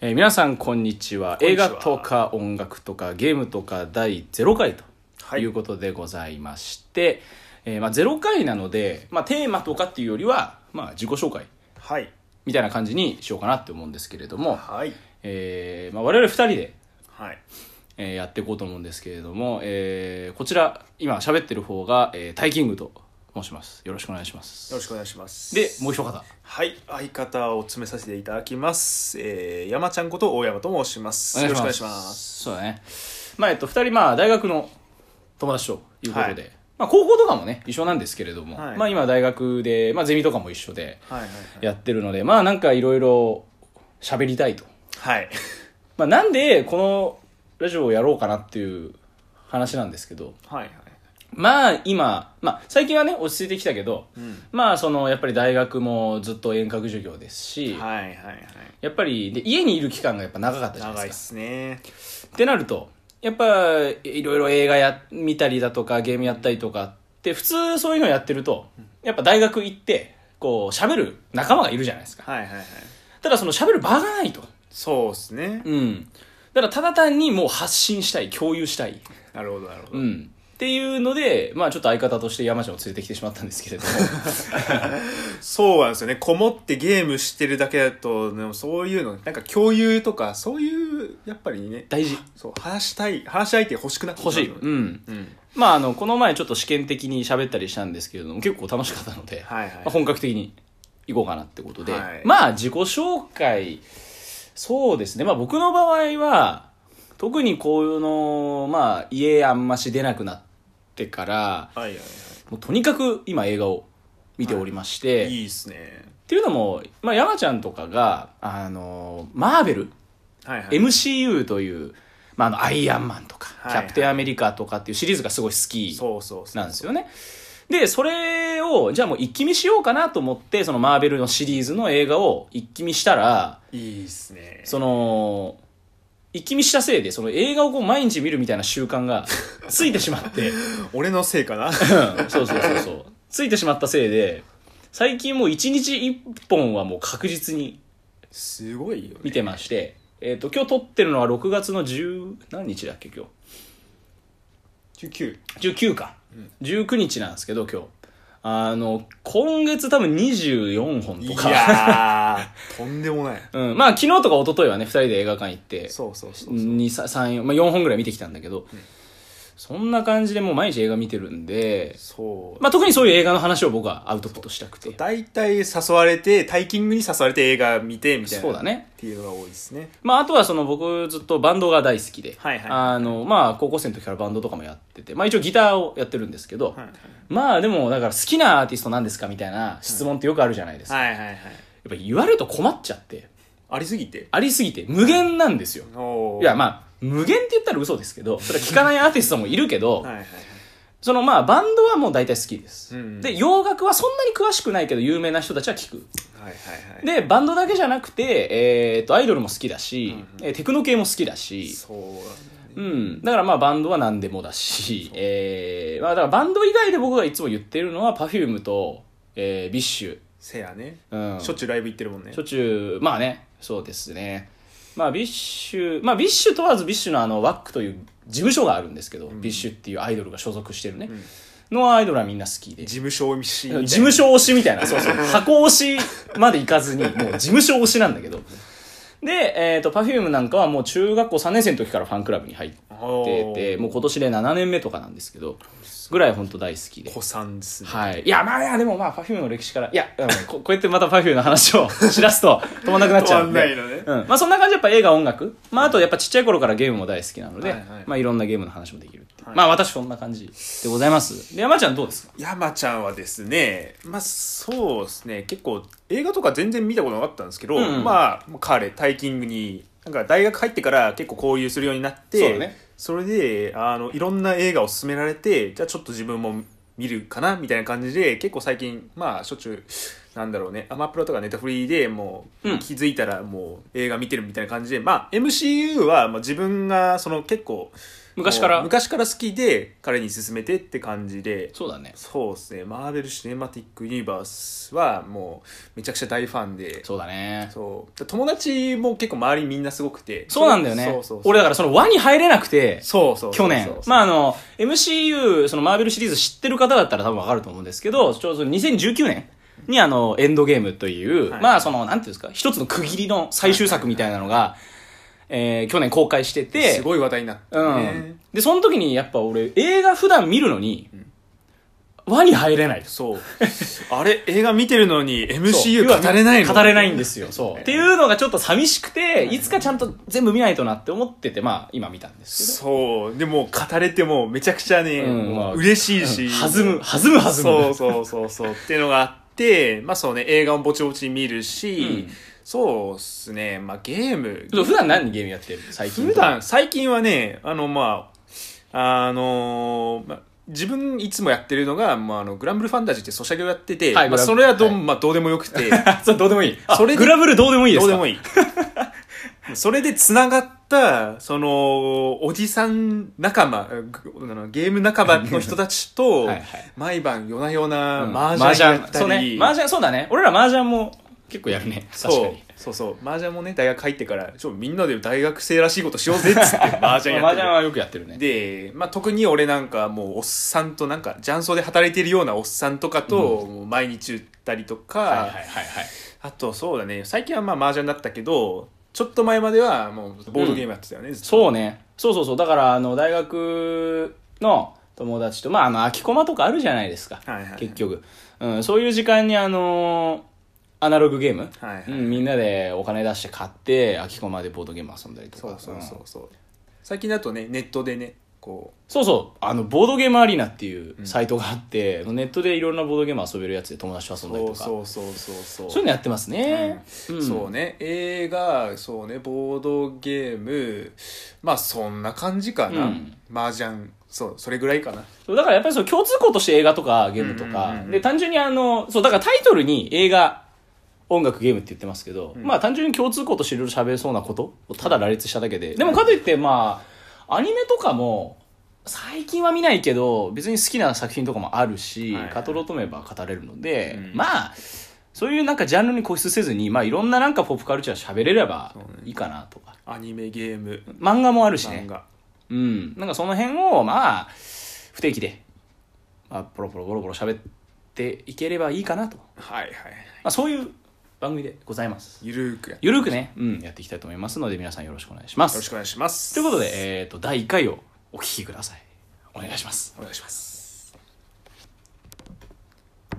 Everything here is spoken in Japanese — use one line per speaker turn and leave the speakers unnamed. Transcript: えー皆さんこんにちは
んに
映
ちは
画とか音楽とかゲームとか第0回と
はい
いうことでございまして、えーまあ、0回なので、まあ、テーマとかっていうよりは、まあ、自己紹介
はい
みたいな感じにしようかなって思うんですけれども、
はい
えーまあ、我々2人で、
はい
えーやっていこうと思うんですけれども、えーこちら今喋ってる方が、えータイキングと申しますよろしくお願いします
よろしくお願いします
でもう一方
はい相方を詰めさせていただきます、えー、山ちゃんこと大山と申しますよろしくお願いします
そうだねまあえっと2人まあ大学の友達ということで、
は
まあ、高校とかもね一緒なんですけれども、
はい
まあ今大学で、まあ、ゼミとかも一緒で
はいはい
やってるので、まあなんかいろいろ喋りたいと、
はいはい
まあ、なんでこのラジオをやろうかなっていう話なんですけど
はいはい
まあ今、まあ、最近はね落ち着いてきたけど、
うん
まあそのやっぱり大学もずっと遠隔授業ですし、
はいはいはい
やっぱりで家にいる期間がやっぱ長かったじゃな
長
いで
いっ
すか
すね
ってなるとやっぱいろいろ映画や見たりだとかゲームやったりとかって普通そういうのやってるとやっぱ大学行ってこう喋る仲間がいるじゃないですか
はいはいはい
ただその喋る場がないと
そうっすね、
うんだからただ単にもう発信したい共有したい
なるほどなるほど、
うんっていうので、まあちょっと相方として山ちゃんを連れてきてしまったんですけれども。
そうなんですよねこもってゲームしてるだけだとでもそういうのなんか共有とかそういうやっぱりね
大事。
そう話したい話し相手欲しくなってきま
欲
す
し
よ
い。
ね
うん。
うん
まああの、この前ちょっと試験的に喋ったりしたんですけれども、結構楽しかったので、
はいはい
まあ本格的に行こうかなってことで、
はい
まあ自己紹介そうですねまあ僕の場合は特にこういうのまあ家あんまし出なくなってから
はいはいは
もうとにかく今映画を見ておりまして、
いいいっすね
っていうのも、まあ、山ちゃんとかがあのマーベル、
はいはい
MCU という、まあ、あのアイアンマンとか、
はいはい
キャプテンアメリカとかっていうシリーズがすごい好き
そうそうそう
なんですよね。で、それを、じゃあもう一気見しようかなと思って、そのマーベルのシリーズの映画を一気見したら、
いいっすね
その、一気見したせいで、その映画をこう毎日見るみたいな習慣がついてしまって、
俺のせいかな
うんそうそうそうそう。ついてしまったせいで、最近もう一日一本はもう確実に
すごいよ
見
ね
てまして、えっ、と、今日撮ってるのは6月の10、何日だっけ今日。
19
19か、19日なんですけど今日あの今月多分24本
い
とか、
やーとんでもない
うん、まあ昨日とか一昨日はね2人で映画館行って
そうそうそうそう
2 3 4まあ、4本ぐらい見てきたんだけど、そんな感じでもう毎日映画見てるんで、
そう、
まあ、特にそういう映画の話を僕はアウトプットしたくて
大体誘われてタイキングに誘われて映画見てみたいな
そうだね
っていうのが多いですね
まあ、あとはその僕ずっとバンドが大好きで、
はいはい
あのまあ、高校生の時からバンドとかもやってて、まあ、一応ギターをやってるんですけど、
はいはい
まあでもだから好きなアーティストなんですかみたいな質問ってよくあるじゃないですか、
はいはいはい
やっぱ言われると困っちゃって
ありすぎて
ありすぎて無限なんですよ、
おー
いやまあ無限って言ったら嘘ですけどそれは聞かないアーティストもいるけど、
はいはいはい
そのまあバンドはもう大体好きです、
うん
で洋楽はそんなに詳しくないけど有名な人たちは聞く
はいはいはい
でバンドだけじゃなくて、えー、とアイドルも好きだし、えーテクノ系も好きだし
そうなんだね
うん、だからまあバンドは何でもだし、えーまあ、だからバンド以外で僕がいつも言ってるのは Perfume と、えー、ビッシ
せやね
ュ、うん、
しょっちゅうライブ行ってるもんね
しょっちゅうまあねそうですねまあビッシュまあビッシュ問わずビッシュのあのワックという事務所があるんですけど、ビッシュっていうアイドルが所属してるね、のアイドルはみんな好きで事
事務所 MC みたいな
務所推しみたいなそうそう箱推しまで行か ずにもう事務所推しなんだけどで、えー、と Perfume なんかはもう中学校3年生の時からファンクラブに入って
お
て
ー
もう今年で7年目とかなんですけどぐらい本当大好きで
子さんですね
はい。いや、まあいや、でもまあ、パフュームの歴史から、いや、うんここうやってまたパフュームの話を知らす と止まんなくなっちゃうんで。
止まんないのね
うん。まあそんな感じでやっぱ映画、音楽。まああとやっぱちっちゃい頃からゲームも大好きなので、
はいはい
まあいろんなゲームの話もできるっていう
はい
まあ私そんな感じでございます。で、山ちゃんどうですか
山ちゃんはですねまあそうですね結構映画とか全然見たことなかったんですけど、
うんうん
まあ彼タイキングになんか大学入ってから結構交流するようになって
そうだね
それであのいろんな映画を勧められてじゃあちょっと自分も見るかなみたいな感じで結構最近まあしょっちゅうなんだろうね、アマプロとかネタフリーでもう、
うん
気づいたらもう映画見てるみたいな感じで、まあ MCU はまあ自分がその結構、
昔から
もう昔から好きで彼に勧めてって感じで、
そうだね
そうですね、マーベル・シネマティック・ユニバースはもうめちゃくちゃ大ファンで、
そうだね
そう友達も結構周りみんなすごくて、
そうなんだよね
そうそうそう
俺だからその輪に入れなくて
そうそうそう
去年
そうそうそう
まああの MCU そのマーベルシリーズ知ってる方だったら多分わかると思うんですけどちょうど2019年にあのエンドゲームという、
はい
まあそのなんていうんですか一つの区切りの最終作みたいなのが、えー去年公開してて
すごい話題になって、
う
ね
ん、でその時にやっぱ俺映画普段見るのに、輪に入れないです
そうあれ映画見てるのに
そう
MCU
要は
語れないの
語れないんですよそう
ね
っていうのがちょっと寂しくていつかちゃんと全部見ないとなって思っててまあ今見たんですけど
そうでも語れてもめちゃくちゃね、
うんまあ
嬉しいし、
弾む弾む弾む
そうそうそうそうっていうのがあってまあそうね映画もぼちぼち見るし、
うん
そうっすねまあゲーム
普段何ゲームやってる最近
普段最近はねあのまああのーまあ自分いつもやってるのが、まあ、あのグランブルファンタジーってソシャゲをやってて、
はい
ま
グ
あ、
ラン
それはど,、
はい
まあ、どうでもよくて
それどうでもいい
そ
そ
れ
れ
で
グラブルどうでもいいですか
どうでもいいそれでつながったそのおじさん仲間ぐあのゲーム仲間の人たちと
はいはい
毎晩夜な夜な
うん
マージャンやった
そう
り、
ねマージャンそうだね俺らマージャンも結構やるね確
そ
か
う
に
そうそうマージャンもね大学入ってからちょみんなで大学生らしいことしようぜっ つってマージ
ま
ャンやってる
あマージャンはよくやってるね
で、まあ、特に俺なんかもうおっさんとなんか雀荘で働いてるようなおっさんとかともう毎日打ったりとか、
はいはいはいはい
あとそうだね最近はまあ麻雀だったけどちょっと前まではもうボードゲームやってたよね、ずっと
そうねそうそうそうだからあの大学の友達とまああの空きコマとかあるじゃないですか、
はいはいはい
結局、うん、そういう時間にあのアナログゲーム、
はいはい
うん、みんなでお金出して買って空きコマでボードゲーム遊んだりと
そ
か
うそうそう
うん
そう最近だとねネットでねこ
そうそうあのボードゲームアリーナっていうサイトがあって、ネットでいろんなボードゲーム遊べるやつで友達と
う
遊んだりとかそう
そうそうそうそう
いうのやってますね、うん
そうね映画そうねボードゲームまあそんな感じかな、
うん
麻雀そうそれぐらいかな
そうだからやっぱりその共通項として映画とかゲームと
うんうん
か
うんう、ん
で、単純にあの、そう、だからタイトルに映画、音楽、ゲームって言ってますけど、まあ単純に共通項としていろいろ喋れそうなことをただ羅列しただけで、でもかといってまあ、アニメとかも、最近は見ないけど、別に好きな作品とかもあるし、
はいはい
語ろうとめば語れるので、
うん
まあ、そういうなんかジャンルに固執せずに、まあいろんななんかポップカルチャー喋れればいいかなとか。
アニメゲーム
漫画もあるしね。
漫画、
うん、なんかその辺をまあ不定期で、まあ、ポロポロボロボロ喋っていければいいかなと、ま
はいはいはい
あ、そういう番組でございます
ゆるーくやって
ゆるくね、うん、やっていきたいと思いますので皆さんよろしくお願いしま
よろし
す
くお願いします
ということで、えー、と第1回をお聞きくださいお願いします
お願いします